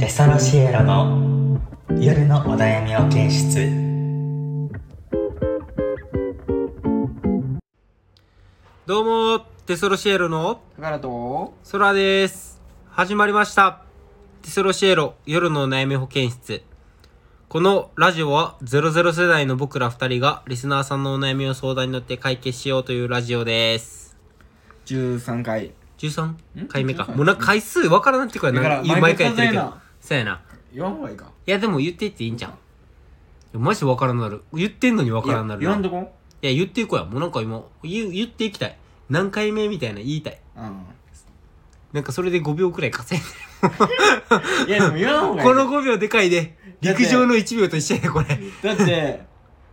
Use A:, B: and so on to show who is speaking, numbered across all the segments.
A: テソロシエロの夜のお悩みを検出
B: どうも、テソロシエロの
C: 高原と
B: ソラです。始まりました。テソロシエロ夜のお悩み保健室。このラジオは00世代の僕ら2人がリスナーさんのお悩みを相談に乗って解決しようというラジオです。
C: 13回
B: 13
C: ん
B: 回目か。
C: 13
B: もうなんか回数わからんっていうか
C: だから
B: なんか毎
C: 毎回
B: 回やってるけ
C: 数え
B: ど
C: な。
B: そうやな。
C: 言わんほうがいいか
B: いやでも言ってっていいんじゃん。いやマジわからんなる。言ってんのにわ
C: い
B: から
C: や
B: んなる
C: 言
B: な。
C: わんとこ
B: いや言っていこうや。もうなんか今言う言っていきたい。何回目みたいな言いたい。
C: うん
B: なんかそれで5秒くらい稼いで。
C: いやでも言わんほうがいい
B: この5秒でかいで
C: だって
B: 陸上の1秒と一緒やでこれ
C: だって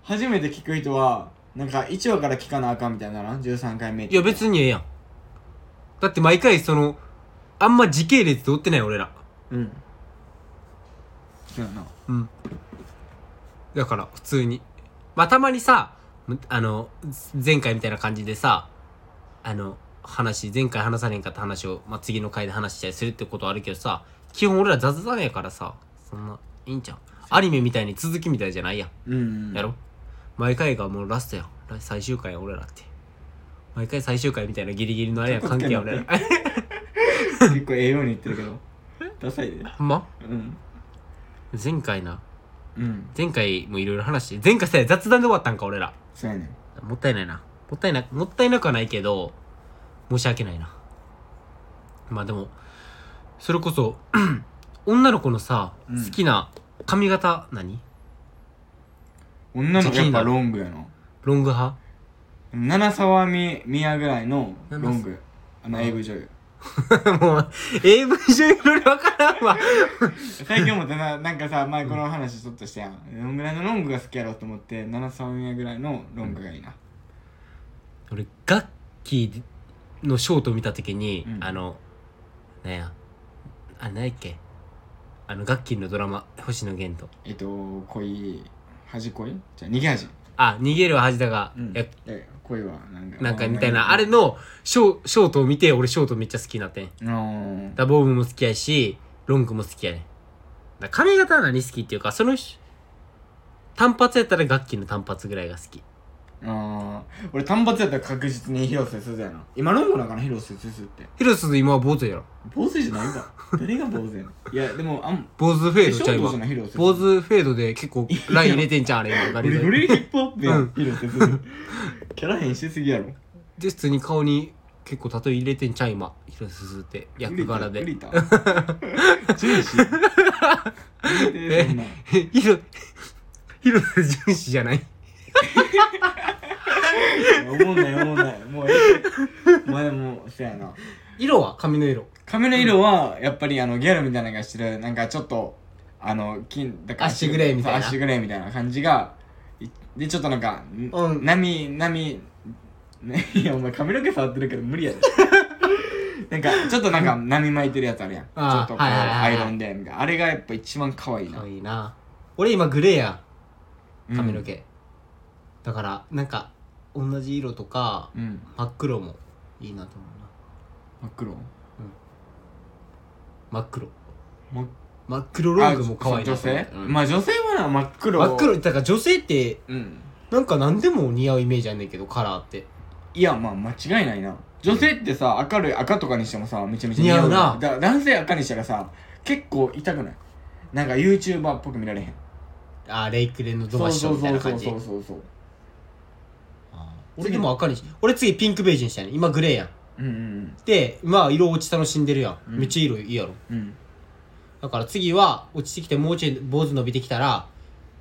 C: 初めて聞く人はなんか1話から聞かなあかんみたいにならん13回目って
B: いや別にええやんだって毎回そのあんま時系列で追ってない俺ら
C: うんそうやな
B: うんだから普通にまあたまにさあの前回みたいな感じでさあの話前回話されんかった話を、まあ、次の回で話したりするってことはあるけどさ基本俺ら雑談やからさそんないいんちゃうアニメみたいに続きみたいじゃないやん
C: うんうん
B: やろ毎回がもうラストやん来最終回や俺らって毎回最終回みたいなギリギリのあれやん関係や俺ら
C: 結構ええように言ってるけどダサい で
B: ほんま
C: うん
B: 前回な
C: うん
B: 前回もいろいろ話して前回さ雑談で終わったんか俺ら
C: そうやねん
B: もったいないなもったいなもったいなくはないけど申し訳ないなまあでもそれこそ 女の子のさ、
C: うん
B: 好きな髪型何
C: 女の子やっ
B: 時期
C: ぱ
B: な
C: ロングやな
B: ロング派
C: 七沢み宮ぐらいのロングあの
B: うん
C: AV 女優
B: もう AV 女優のわからんわ
C: 最近思ってななんかさ前この話ちょっとしてやんどんぐらいのロングが好きやろうと思って7三円ぐらいのロングがいいな
B: 俺ガッキーのショート見た時に、
C: うん
B: あのなんやあ何やっけあのガッキーのドラマ星野源と
C: えっと恋恥恋じゃあ逃げ恥
B: あ逃げるは恥だが、
C: うん
B: や
C: え恋はなんか
B: なんかみたいなあれのショーショートを見て俺ショートめっちゃ好きになってん
C: うん
B: ダボーブも好きやしロングも好きやねんだから髪型は何好きっていうかそのし単発やったらガッキーの単発ぐらいが好き
C: あー俺単発やったら確実に広瀬すずやな今ロングなんかな広瀬すずって
B: 広瀬と今は坊主やろ
C: 坊主じゃな いんだ誰が坊主やのいやでもあん
B: 坊主フェ
C: え
B: ード
C: シ
B: ちゃ
C: ョ
B: う
C: ートじゃ
B: 今
C: ない広瀬すず
B: 坊主フェードで結構ライン入れてんじゃんあれ今ガ
C: 俺
B: リガリ
C: どれヒップホップや
B: うん
C: ん広瀬すずキャラ変しすぎやろ
B: で普通に顔に結構タトゥー入れてんちゃう今広瀬すずって役柄で
C: 売れ
B: え
C: た売 れたジューシー売れてそんなん
B: 広広瀬純子じゃない
C: 思んない思んないもうええお前もそうやな
B: 色は髪の色
C: 髪の色はやっぱりあのギャルみたいなのがしてるなんかちょっとあの金だから
B: アッシュグレーみたいな
C: アッシュグレーみたいな感じがいでちょっとなんか、
B: うん
C: 波波ね いやお前髪の毛触ってるけど無理やでなんかちょっとなんか波巻いてるやつあるやんちょ
B: あー
C: っとこう
B: はいはいはいは
C: ア
B: い
C: イロンでみたいなあれがやっぱ一番可愛いな
B: 可愛いな俺今グレーや
C: うんん
B: 髪の毛、だからなんか同じ色とか
C: うん
B: 真っ黒もいいなと思うな
C: 真っ黒
B: 真っ黒
C: 真っ
B: 真っ黒ロングも可愛い
C: あ
B: な
C: 女性、
B: うん
C: まあ女性はな真っ黒
B: 真っ黒だから女性って
C: うん
B: なんか何でも似合うイメージあんねんけどカラーって
C: いやまあ間違いないな女性ってさ明るい赤とかにしてもさめちゃめちゃ似合う
B: 似合うな
C: だ男性赤にしたらさ結構痛くないなんか YouTuber っぽく見られへん
B: あーレイクレのドバッションみたいな感じ
C: そうそうそうそう
B: 俺でも赤にし俺次ピンクベージュにしたいね今グレーやん
C: そううん
B: でまあ色落ち楽しんでるやん、
C: うん
B: めっちゃ色いいやろ
C: うんうん
B: だから次は落ちてきてもうちょい坊主伸びてきたら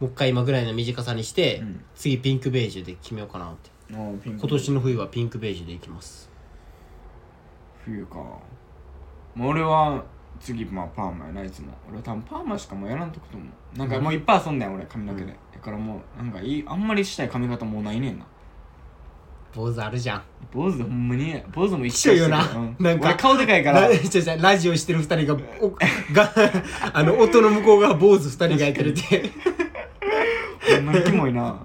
B: もう一回今ぐらいの短さにして、
C: うん
B: 次ピンクベージュで決めようかなって
C: うんおーピンク
B: 今年の冬はピンクベージュでいきます
C: 冬かまあ俺は次まあパーマやないつも俺多分パーマしかもうやらんとこと思うなんかもういっぱい遊んだよ俺髪の毛で、
B: うん
C: だからもうなんかいいあんまりしたい髪型もうないねんな
B: 坊主あるじゃん
C: 坊主ほんまに坊主も一
B: きちょいよな
C: 緒にしてる
B: なんか
C: 俺顔でかいから
B: ラ違う違うラジオしてる二人がおがあの音の向こうが坊主二人がやってるって
C: ほんまにキモいな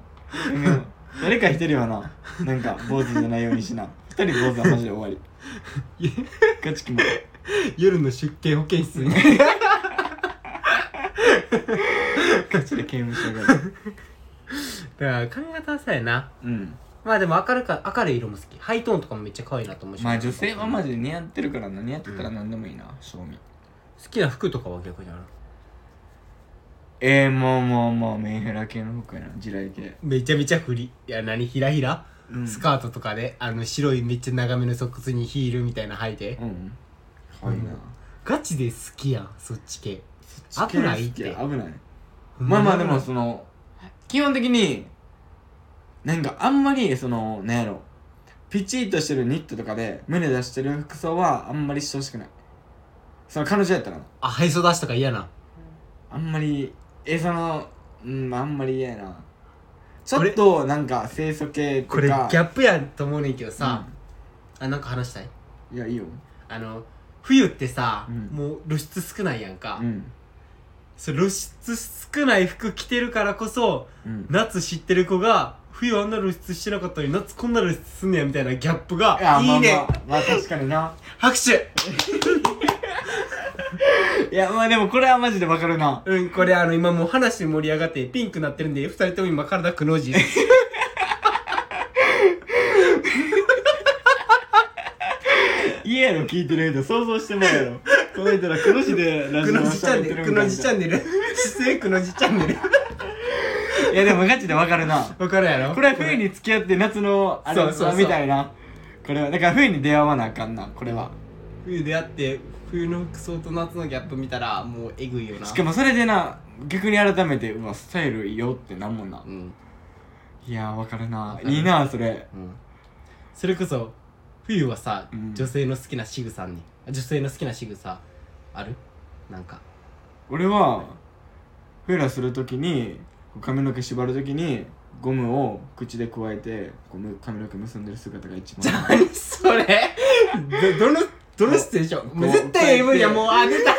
C: うん誰か一人はななんか坊主じゃないようにしな二人坊主はマジで終わりガチキモい
B: 夜の出勤保健室に
C: ガチで刑務所が
B: だから髪型はさやな
C: うん
B: まあでも明るか明るい色も好きハイトーンとかもめっちゃ可愛いなと思うし
C: まあ女性はマジで似合ってるからな似合ってたら何でもいいな正味
B: 好きな服とかは逆にある
C: えー、もうもうもうメンヘラ系の服やな地雷系
B: めちゃめちゃフリいや何ひらひら、
C: うん
B: スカートとかであの白いめっちゃ長めのソックスにヒールみたいな履いて、
C: うん可愛いな
B: ガチで好きやんそっち系危ないって
C: 危ないまあまあでもその基本的になんかあんまりそのなんやろピチッとしてるニットとかで胸出してる服装はあんまりしてほしくないその彼女やったらな
B: あへそ出しとか嫌な
C: あんまりえそのうんあんまり嫌やなちょっとなんか清楚系とか
B: これギャ
C: ッ
B: ップやと思うねんけどさ、、あなんか話したい
C: うんいやいいよ
B: あの冬ってさ、
C: うん
B: もう露出少ないやんか、
C: うん
B: それ露出少ない服着てるからこそ
C: うん
B: 夏知ってる子が冬あんな露出してなかったのに夏こんな露出すんねやみたいなギャップが
C: いや
B: いいね、
C: まあまあ、まあ確かにな
B: 拍手
C: いやまあでもこれはマジでわかるな
B: うんこれあの今もう話盛り上がってピンクなってるんで二人とも今体く の字
C: 家やろ聞いてる人想像してもらうやろこの人らくの字でラ
B: く
C: ジオ
B: の字チャン
C: 喋っ
B: ネ
C: てる
B: ル
C: み
B: く
C: たい
B: の
C: な
B: 字チャンネル 姿勢くの字チャンネル
C: いやでもガチでわかるな
B: わかるやろ
C: これは冬に付き合って夏のあれ
B: そうそうそう
C: みたいなこれはだから冬に出会わなあかんなこれは
B: 冬出会って冬の服装と夏のギャップ見たらもうえぐいよな
C: しかもそれでな逆に改めてうわスタイルいいよってなんもんな
B: うん、
C: いやーわかるな
B: かる
C: いいなそれ
B: うん、それこそ冬はさ、
C: うん
B: 女性の好きな仕草にあ女性の好きな仕草あるなん か
C: 俺はフェラするときに髪の毛縛るときにゴムを口でくわえてこうむ髪の毛結んでる姿が一番
B: 何それどどのどのステーションもう絶対 AV やもうあ出た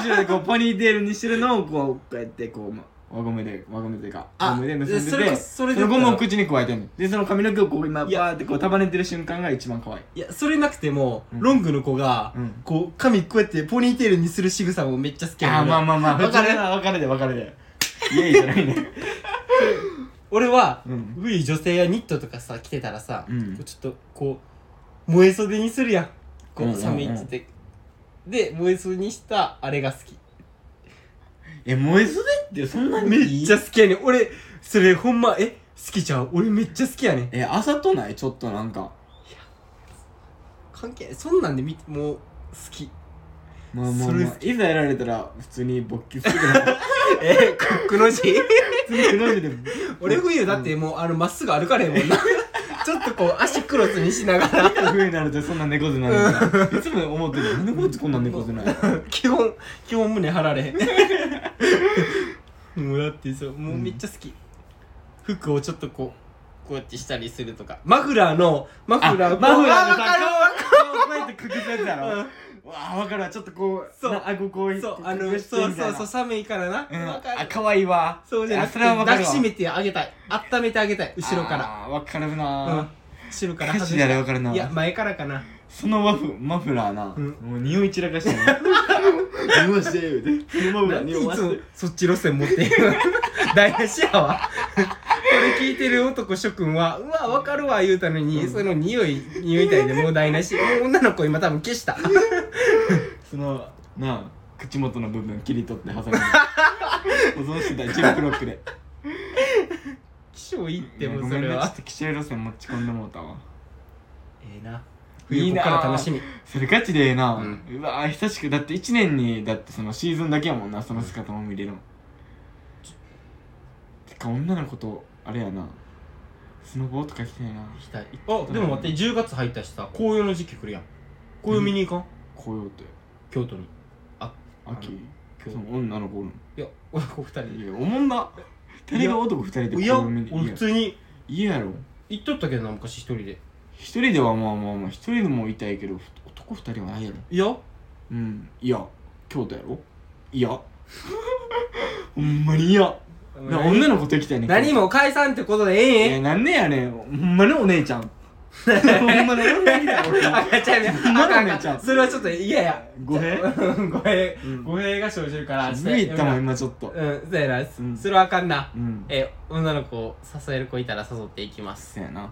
C: 後ろでこうポニーテールにしてるのをこうこうやってこう輪ゴムで輪ゴムというか
B: あ
C: ゴムで結ん
B: そ
C: で
B: れ
C: て
B: こそれで
C: のゴムを口に加えてんのでその髪の毛をこう今バ
B: いや
C: ーってこう束ねてる瞬間が一番可愛い
B: いやそれなくても、
C: うん
B: ロングの子が、
C: うん
B: こう髪こうやってポニーテールにする仕草もめっちゃ好きやねん俺
C: まあま
B: わかる
C: 分かるで分かるでイエイじゃないね
B: 俺は、
C: うん
B: 冬女性がニットとかさ着てたらさ、
C: うん
B: こうちょっとこう燃え袖にするやんこ
C: うんうん
B: う
C: うん
B: 寒いってて、で燃え袖にしたあれが好き
C: え燃え袖ってそんなに
B: め
C: い
B: っ
C: い
B: ちゃ好きやねん俺それほんまえ好きちゃう俺めっちゃ好きやねん
C: えあざとないちょっとなんか
B: 関係ないそんなんで見てもう好き
C: まあまあ
B: それ
C: ま
B: 好
C: あいざやられたら普通に勃起するから
B: えコックの字
C: 普通に黒いで
B: 俺冬だってもうあのまっすぐ歩かれへんもん なちょっとこう足クロスにしながら
C: 冬になるとそんな猫背なるんだいつも思ってるなんでこいつこんな猫背ない
B: 基本基本胸張られへん もうだってさもうめっちゃ好き、服をちょっとこうこうやってしたりするとかマフラーのマフラー
C: マフラーの
B: あわ
C: さ
B: かる
C: 顔をこうやってくくすやつだろ
B: わか
C: わあ分かるわちょっとこう
B: そう
C: なあごこう
B: るそう
C: こ
B: あの
C: 隠して
B: そう
C: みた
B: そ
C: いうな
B: そう寒いからな、
C: うん
B: わかる
C: あ可愛いわ
B: そうじゃなく
C: あそ
B: て
C: れは分か
B: 抱
C: る
B: き
C: わ
B: しめてあげたい温めてあげたい後ろから
C: あー分かる
B: うん
C: な
B: 後ろから
C: 歌
B: 外
C: 詞
B: し
C: であ
B: た
C: れ分かるない
B: や前からかな
C: そのマフマフラーな
B: うん
C: もう匂い散ら かしてる匂わして言うてそのマフラー
B: い
C: 匂わ
B: つ
C: し
B: も
C: て
B: そっち路線持っている 台無しやわこれ聞いてる男諸君は「うわ分かるわ」言うたのに、その匂い匂いたいでもう台無しもう女の子今多分消した
C: そのなあ口元の部分切り取って 挟んで保存してたジップロックで
B: 気 象いいっても
C: ご
B: うそ
C: めん
B: れ
C: なちょっ
B: は
C: と気象路線持ち込んでもうたわ
B: ええない冬
C: い
B: こ
C: な
B: っから楽しみ
C: それガチでええな、
B: う
C: うんわー久しくだって1年にだってそのシーズンだけやもんなその姿も見れるのてか女の子とあれやなスノボーとか行きたいな
B: 行きたいあでも待って10月入ったしさ紅葉の時期来るやん紅葉見に行かん、
C: 紅葉って
B: 京都に
C: 秋
B: 京
C: その女の子おる
B: いや親子2人
C: のいやおもんな誰が男2人で
B: でい
C: 紅
B: や
C: 葉見に
B: 俺普
C: 行
B: 通に
C: いやろ
B: 行っとったけどな昔一人で
C: 一人ではまあまあまあ一人でもいたいけど男2人はないやろ
B: いや
C: うんいや京都やろいや ほんまにいやな女の子と行きたいねん
B: 何も解散ってことでええんええん
C: いや、なんでやねん。ほんまにお姉ちゃん。ほんまに俺だけだよ俺は
B: 赤ちゃんね
C: まだね
B: 赤赤
C: ちゃん
B: それはちょっと嫌や
C: 語弊
B: うん語弊
C: うん
B: 語弊が生じるから
C: ビビったもん
B: ん
C: 今ちょっと
B: うんそうやな
C: うん
B: それはあかんな
C: うん
B: え女の子を誘える子いたら誘っていきます
C: せやな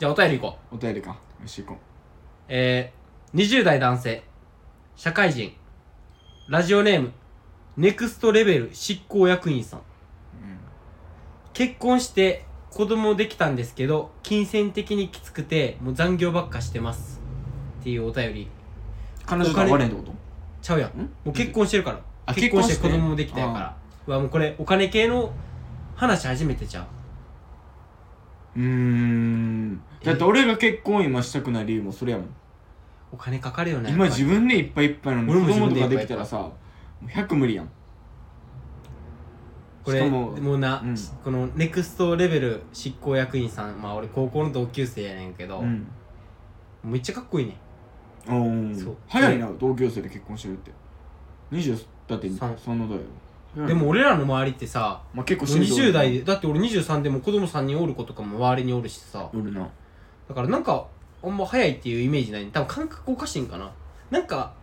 B: じゃあお便りいこう
C: お便りかよし行こ
B: えー、20代男性社会人ラジオネームネクストレベル執行役員さん
C: うう
B: 結婚して子供できたんですけど金銭的にきつくてもう残業ばっかしてますっていうお便り
C: ん彼女と会われんってこと
B: ちゃうやん
C: ん
B: もう結婚してるから
C: あ
B: 結婚して子
C: 結婚して
B: 供もできたやからうわもうこれお金系の話初めてちゃう
C: うーんだって俺が結婚今したくない理由もそれやもん
B: お金かかるよね
C: 今
B: やっぱり
C: 自分でいっぱいいっぱいなの
B: 俺
C: に
B: も自
C: 子供
B: 分
C: と
B: でいっぱ
C: か
B: い
C: できたらさもう100無理やん
B: これ
C: しか
B: も
C: も
B: うな、
C: うん
B: このネクストレベル執行役員さんまあ俺高校の同級生やねんけど、
C: うん
B: めっちゃかっこいいね
C: おー
B: そう
C: 早いな同級生で結婚してるって20だって
B: 三
C: そんなだよ早い
B: でも俺らの周りってさ
C: まあ結構親族
B: 20代でだって俺23でも子供3人おる子とかも周りにおるしさ
C: おるな
B: だからなんかあんま早いっていうイメージない多分感覚おかしいんかななんか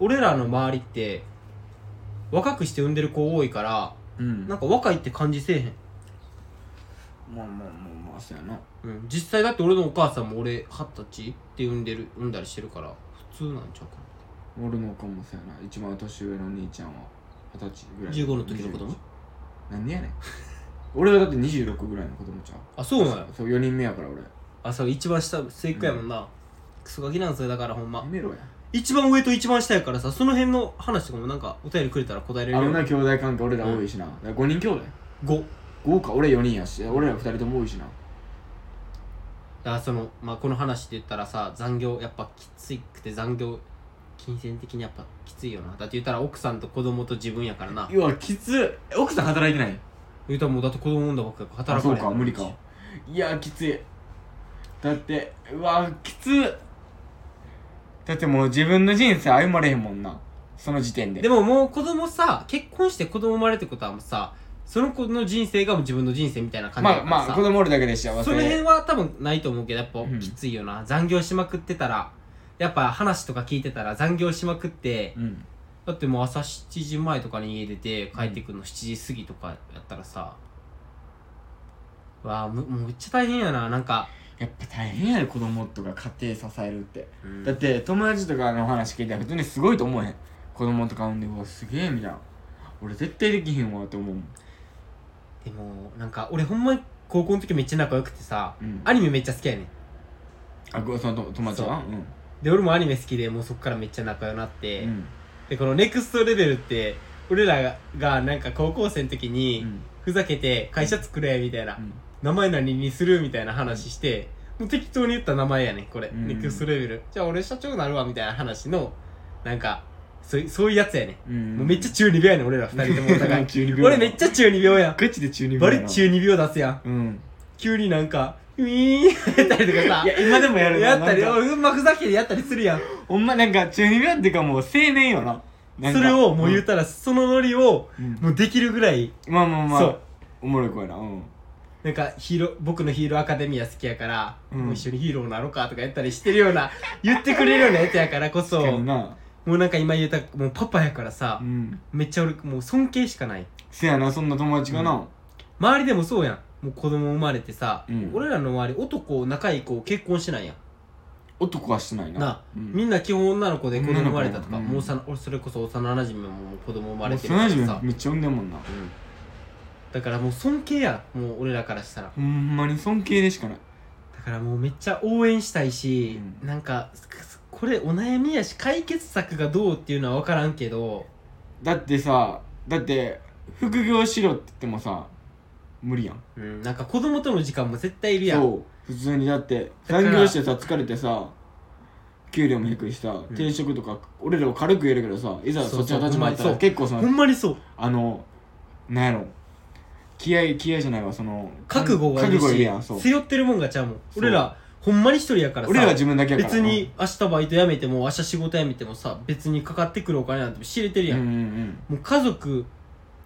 B: 俺らの周りって若くして産んでる子多いから
C: うん
B: なんか若いって感じせえへん、
C: まあまあまあまあそうやな
B: うん、実際だって俺のお母さんも俺二十歳って産んでる産んだりしてるから普通なんちゃうかな
C: 俺の子もそうやな一番年上の兄ちゃんは二十歳ぐらい
B: 15の時の子供
C: なんでやねん 俺はだって26ぐらいの子供ちゃう
B: あそうなんや
C: そう4人目やから俺
B: あそう一番下末っ子やもんな、クソガキなんすよだからほんま
C: やめろや
B: 一番上と一番下やからさその辺の話とかもなんかお便りくれたら答えれ
C: あ
B: る
C: ん
B: よ
C: な兄弟関係俺ら多いしな、だから5人兄弟
B: 5
C: 5か俺4人やし俺ら2人とも多いしな
B: だからその、まあ、この話で言ったらさ残業やっぱきついくて残業金銭的にやっぱきついよなだって言ったら奥さんと子供と自分やからな
C: うわきつい奥さん働いてない
B: 言うたらもうだって子供産んだばっかやから
C: あ
B: 働か
C: そう
B: れへん
C: か無理かいやきついだってうわきついだってもう自分の人生歩まれへんもんなその時点で
B: でももう子供さ結婚して子供生まれってことはもうさその子の人生がもう自分の人生みたいな感じだか
C: まあ
B: らさ、
C: まあ子供おるだけで幸せ
B: その辺は多分ないと思うけどやっぱ
C: うん
B: きついよな、残業しまくってたらやっぱ話とか聞いてたら残業しまくって
C: うん
B: だってもう朝7時前とかに家出て帰ってくるの7時過ぎとかやったらさ、わあむもうめっちゃ大変やななんか、
C: やっぱ大変やで子供とか家庭支えるって
B: うん
C: だって友達とかの話聞いたら普通にすごいと思えへん子供とか産んでうわすげえみたいな俺絶対できへんわって思うもん
B: でもなんか俺ほんまに高校の時めっちゃ仲良くてさ
C: うん
B: アニメめっちゃ好きやねん
C: あごそのと友達はうん
B: で俺もアニメ好きでもうそっからめっちゃ仲良くなって、
C: うん
B: でこのネクストレベルって俺らががなんか高校生の時に、
C: うん
B: ふざけて会社作れみたいな、
C: うん
B: 名前何にするみたいな話して、もう適当に言った名前やねんこれ、
C: うん
B: ネクストレベルじゃあ俺社長になるわみたいな話のなんかそういそういうやつやね、
C: うんん
B: もうめっちゃ中二病やねん俺ら二人 ともお互い
C: 中二病
B: 俺めっちゃ中二病やん
C: ガチで中二病
B: バ
C: やな
B: リ中二病出すやん
C: うん
B: 急になんかウィーンやったりとか
C: い
B: さ
C: や今でもやるな
B: やったり
C: なんか
B: うんまふざけてやったりするやん
C: ほんまなんか中二病っていうかもう青年よななんか
B: それをもう言ったら、そのノリを
C: うん
B: もうできるぐらい
C: まあまあま
B: そ
C: あ
B: う
C: おもろい子やなうん
B: なんかヒーロー僕のヒーローアカデミア好きやから、
C: うん
B: もう一緒にヒーローなろうかとか言ったりしてるよう な言ってくれるようなやつやからこそ
C: 確かに
B: も
C: な
B: うなんか今言うたもうパパやからさ
C: う、ん
B: めっちゃ俺もう尊敬しかない
C: せやなそんな友達がな
B: 周りでもそうやんもう子供生まれてさ、
C: うん
B: 俺らの周り男仲いい子結婚してないやん
C: 男はしてないな
B: なあ、
C: うん
B: みんな基本女の子で子供生まれたとか、
C: 女の子やなう
B: もう
C: ん
B: さ俺それこそ幼なじみももう子供生まれてるから
C: 幼馴
B: さ、う
C: 染
B: ん、
C: めっちゃ産んでんもんな
B: だからもう尊敬やもう俺らからしたら
C: ほんまに尊敬でしかない
B: だからもうめっちゃ応援したいし、
C: うん
B: なんかすこれお悩みやし解決策がどうっていうのは分からんけど
C: だってさだって副業しろって言ってもさ無理やん
B: うんなんか子供との時間も絶対いるやん
C: そう普通にだって
B: だから
C: 残業してさ疲れてさ給料も低いしさ
B: ん
C: 定職とか俺らを軽く言えるけどさいざ
B: そ
C: そうっちの立場にった
B: そう
C: ら結構そ
B: ほ
C: の
B: んまにそう
C: あのなんやろ気合い気合いじゃないわその
B: 覚悟がい
C: 覚
B: る
C: 悟い
B: し
C: るやんそう
B: 背負ってるもんがちゃうもん
C: そう
B: 俺らほんまに一人やからさ
C: 俺らは自分だけやから
B: 別に明日バイト辞めても明日仕事辞めてもさ別にかかってくるお金なんて知れてるや、
C: うんうんんうん
B: もう家族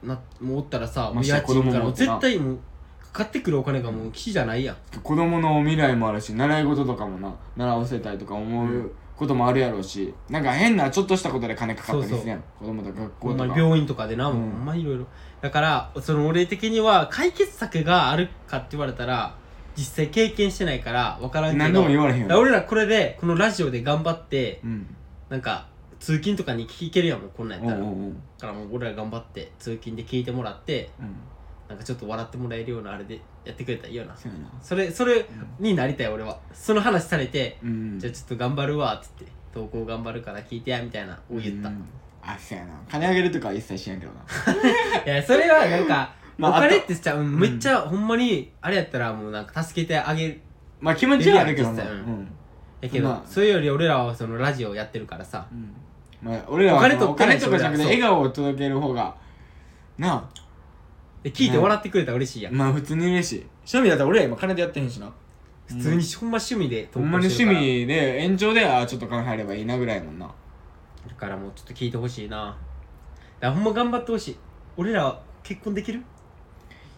B: なもうおったらさも
C: ま
B: う
C: して
B: 家
C: や
B: 賃か
C: 子
B: ら
C: 供
B: も
C: も
B: う
C: おってな
B: 絶対もうかかってくるお金がもう木じゃないやん
C: 子供の未来もあるし習い事とかもな習わせたいとか思うこともあるやろうしなんか変なちょっとしたことで金かかったりするやん子供とか学
B: ほ
C: 校
B: んま
C: とか
B: に病院とかでな、
C: うん
B: ほんまにいろいろだからその俺的には解決策があるかって言われたら実際経験してないから分からんけど
C: 何でも言われへん
B: だ
C: よ
B: から俺らこれでこのラジオで頑張って
C: うん
B: なんか通勤とかに聞けるやんもうこんなんやった
C: おうお
B: ら、
C: うお
B: だ
C: う
B: からもう俺ら頑張って通勤で聞いてもらって
C: うん
B: なんかちょっと笑ってもらえるようなあれでやってくれたらいいよな
C: そうやな
B: それそれになりたい俺はその話されて、
C: うん
B: じゃあちょっと頑張るわっつって投稿頑張るから聞いてやみたいなを言った、
C: うんあそうやな金あげるとかは一切しないけどない
B: やそれはなんか、
C: まあ
B: お金
C: あ
B: っ
C: と
B: てさ、うんめっちゃほんまにあれやったらもうなんか助けてあげる
C: まあ気持ちはあるけど
B: い
C: な
B: や実際う
C: うん
B: やけど、
C: まあ
B: それより俺らはそのラジオやってるからさ
C: うんまあ俺らは
B: お金と
C: お金とかじゃなく
B: そ
C: て
B: う
C: 笑顔を届ける方がな
B: で聞いて
C: ね
B: 笑ってくれたら嬉しいや
C: あ
B: ん、
C: まあ普通に嬉しい趣味だったら俺ら今金でやってへんしな
B: 普通にほんま趣味で
C: ほんまに趣味で延長でああちょっと金入ればいいなぐらいやもんな
B: だからもうちょっと聞いてほしいなだからほんま頑張ってほしい俺ら結婚できる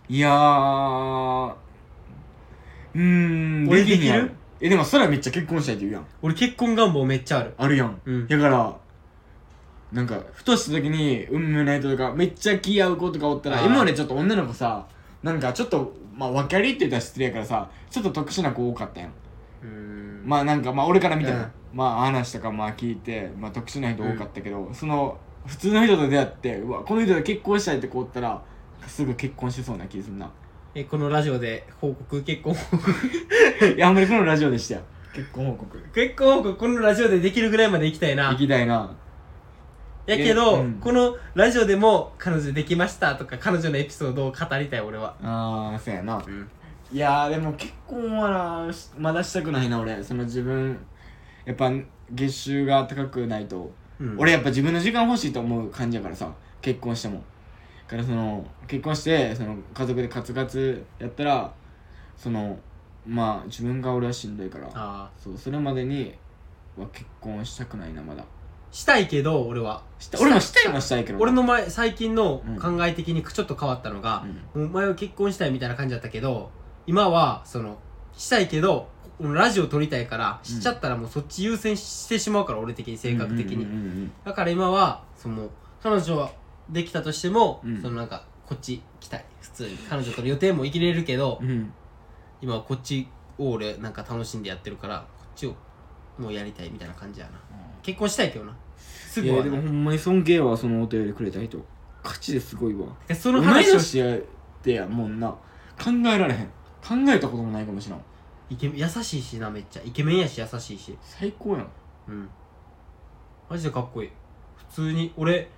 C: いやーうーん
B: 俺できる
C: ひんやろえでもそらめっちゃ結婚したいって言うやん
B: 俺結婚願望めっちゃある
C: あるやん、
B: うん
C: だからなんかふとした時に運命ないととかめっちゃ気合う子とかおった
B: あ
C: ら
B: ー
C: 今までちょっと女の子さなんかちょっとまあ分かりって言ったら失礼やからさちょっと特殊な子多かったやん
B: うーん
C: まあなんかまあ俺から見たら、
B: うん
C: まあ話とかまあ聞いて、まあ、特殊な人多かったけど、その普通の人と出会ってうわこの人と結婚したいって子おったらすぐ結婚しそうな気すんな
B: えこのラジオで報告結婚 報告
C: いやあんまりこのラジオでしたよ結婚報告
B: 結婚報告このラジオでできるぐらいまで行きたいな
C: 行きたいな
B: やけど、
C: えうん
B: このラジオでも彼女できましたとか彼女のエピソードを語りたい俺は、
C: あーそうやな
B: うん、
C: いやーでも結婚はなしまだしたくないな俺その自分やっぱ月収が高くないと、
B: うん
C: 俺やっぱ自分の時間欲しいと思う感じやからさ結婚してもだからその結婚してその家族でカツカツやったらそのまあ自分が俺はしんどいから
B: ああ
C: そうそれまでには結婚したくないなまだ
B: したいけど俺は
C: した俺もしたいはしたいけど
B: 俺の前最近の
C: うん
B: 考え的にちょっと変わったの
C: う
B: が、
C: ん
B: もう前は結婚したいみたいな感じだったけど今はそのしたいけどこのラジオ撮りたいからしちゃったらもうそっち優先してしまうから俺的に性格的に、
C: うんうんうんうん
B: だから今はその彼女はできたとしても、
C: うん
B: そのなんかこっち来たい普通に彼女との予定も入れれるけど、
C: うんうん
B: 今はこっちを俺なんか楽しんでやってるからこっちをもうやりたいみたいな感じやな結婚したいけどなす
C: い
B: ぐ
C: や
B: は
C: で
B: な
C: もほんまに尊敬はそのお便りくれた人価値ですごいわ
B: でそ
C: そ
B: の
C: の話
B: 話を
C: 同い
B: し
C: 年やってやもんな考えられへん考えたこともないかもしれん
B: イケメン優しいしなめっちゃイケメンやし優しいし
C: 最高やん
B: うんマジでかっこいい普通に俺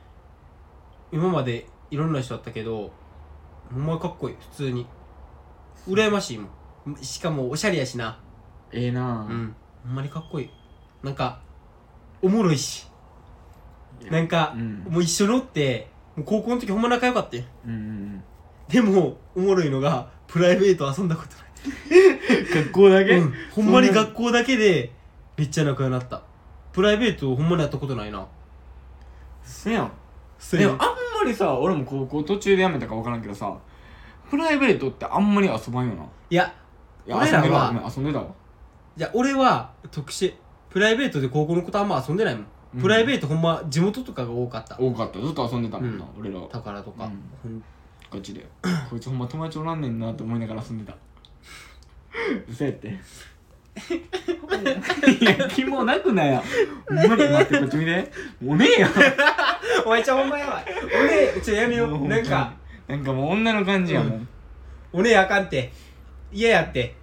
B: 今までいろんな人だったけどほんまかっこいい普通に羨ましいもんしかもおしゃれやしな
C: ええな
B: う
C: あ
B: んほんまにかっこいいなんかおもろいしなんか、
C: うん
B: もう一緒におってもう高校の時ほんま仲良かったよ
C: うんうん
B: でもおもろいのがプライベート遊んだこと
C: うん学校だ
B: な
C: け、
B: い、うん、ほんまに
C: そな
B: 学校だけでめっちゃ仲良くなったプライベートほんまにやったことないな
C: せやん
B: そ
C: でもあんまりさ俺も高校途中で辞めたか分からんけどさプライベートってあんまり遊ばんよない
B: や
C: いや
B: 俺
C: 遊
B: ら
C: んでた
B: は
C: わごめん遊んでたわ
B: いや俺は特殊プライベートで高校のことあんま遊んでないもん、
C: うん
B: プライベートほんま地元とかが多かった
C: 多かったずっと遊んでたもんな、俺ら
B: 宝とか、
C: うん
B: ほん
C: ガチでこいつほんま友達おらんねんなって思いながら遊んでたうせえっていや気もなくなやほんまに待ってこっち見ておねえよ
B: お前ちゃんほんまやばい俺ちょやめよ
C: もうほ
B: うん
C: ま
B: な
C: に
B: んか
C: なんかもう女の感じやもん、
B: お姉あかんって嫌やって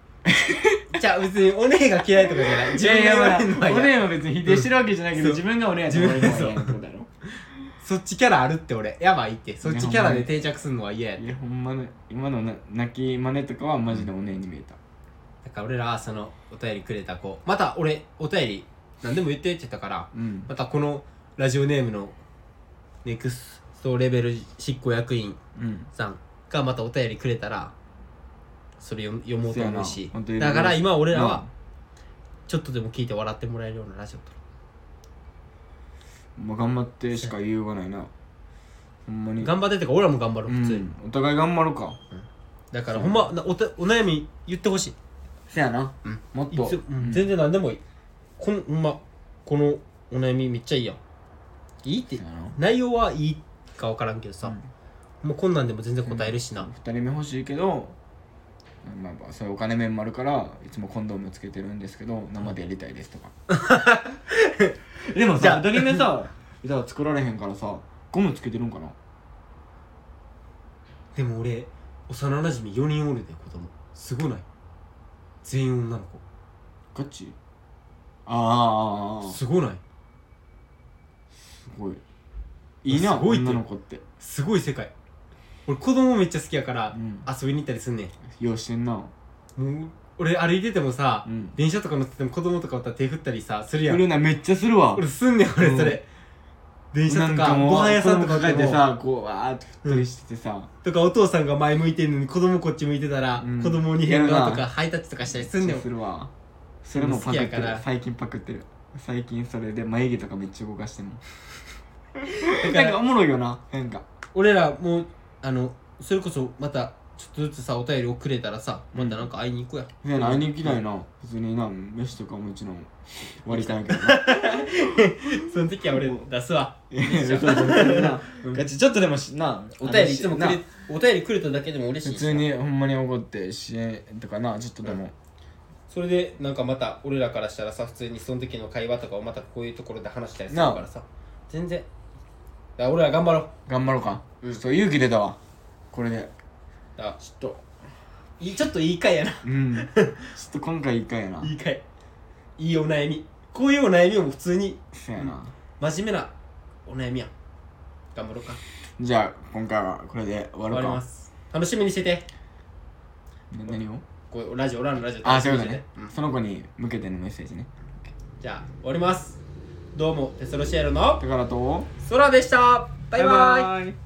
B: じゃあ別にお姉が嫌いとかじゃない
C: い
B: 自
C: や
B: 分
C: い
B: が
C: や
B: 言わ
C: まあ
B: れるのは
C: お
B: 嫌
C: ねえは別に否定してるわけじゃないけど、
B: うん
C: 自分がおねえやと思われるのは嫌やってことやろ
B: そっちキャラあるって俺やばいってそっちキャラで定着するのは嫌やって
C: いやほんまね今のな泣き真似とかはマジでおねえに見えた
B: だから俺らはそのお便りくれた子また俺お便り何でも言ってって言ったから
C: うん
B: またこのラジオネームのネクストレベル執行役員
C: うん
B: さんがまたお便りくれたらそれ読読もうと思う
C: そうや
B: し
C: な本当に
B: だから今俺らはちょっとでも聞いて笑ってもらえるようなラジオと
C: もう頑張ってしか言いようがないなほんまに
B: 頑張ってってか俺らも頑張ろう普通に、
C: うんお互い頑張ろうか
B: だだからほんまなおたお悩み言ってほしい
C: せやな、
B: うん
C: もっ
B: い
C: と
B: つ、
C: うん
B: 全然何でもいいこのほんまこのお悩みめっちゃいいやんいいって
C: せやな
B: 内容はいいか分からんけどさ、もうこんなんでも全然答えるしな、
C: 2人目欲しいけど、まあ、まあそういうお金面もあるからいつもコンドームつけてるんですけど生でやりたいです とかでも
B: じゃあ
C: さ2人目さ だから作られへんからさゴムつけてるんかな
B: でも俺幼なじみ4人おるで子供すごない全員女の子
C: ガチああす
B: すごない
C: ごいいいな
B: すごいって
C: 女の子って、
B: すごい世界俺子供めっちゃ好きやか
C: う
B: ら
C: ん、
B: 遊びに行ったりすんね
C: ようしてんな、
B: んもう俺歩いててもさ、
C: うん、
B: 電車とか乗ってても子供とかおったら手振ったりさするや
C: す
B: ん
C: るなめっちゃするわ
B: 俺すんねん俺それ、電車
C: な
B: と
C: ん
B: か
C: もう
B: ご飯屋さんとか
C: 子供
B: で
C: 抱えて
B: も
C: さこうわーっと振ったりしててさ、
B: とかお父さんが前向いてんのに子供こっち向いてたら、
C: うん
B: 子供に変顔
C: やる
B: とか
C: な
B: ハイタッチとかしたりす
C: め
B: ん
C: っ
B: ね
C: ち
B: ん
C: ゃするわそれもパクって
B: 好きや
C: る
B: から
C: 最近パクってる最近それで眉毛とかめっちゃ動かしてんの
B: だか
C: なんからおもろいよな変化
B: 俺らもうあのそれこそまたちょっとずつさお便りをくれたらさまたなんか会いに行こうや、
C: ね来年嫌いな普通にな飯とかもちろん割りたいけどな
B: その時は俺出すわ
C: いやそうそう普通にな
B: うん
C: ガチちょっとでもしな
B: お便りいつもく
C: あの
B: れ
C: し
B: お便りくれただけでも嬉
C: な
B: しい
C: 普
B: し
C: 通にほんまに怒って支援とかなちょっとでも
B: それでなんかまた俺らからしたらさ普通にその時の会話とかをまたこういうところで話したりするからさ全然だから俺ら頑張ろう
C: 頑張ろうか
B: うん
C: そう勇気出たわこれで
B: だからちょっといいちょっといい回やな
C: うん ちょっと今回一回やない
B: い回いいお悩みこういうお悩みも普通に
C: そうやな
B: 真面目なお悩みやん頑張ろうか
C: じゃあ今回はこれで終わ
B: 終
C: ろ
B: わ
C: う
B: りま
C: か
B: す楽しみにしてて
C: な何を
B: こうラジオ俺らのラジオ
C: あ、
B: 楽し
C: そうい
B: み
C: う
B: にし
C: こと
B: てて
C: ね。その子に向けてのメッセージね。
B: うんじゃあ終わりますどうもペソロシエロの
C: だからと、
B: ソラでしたバイバイ
C: イ。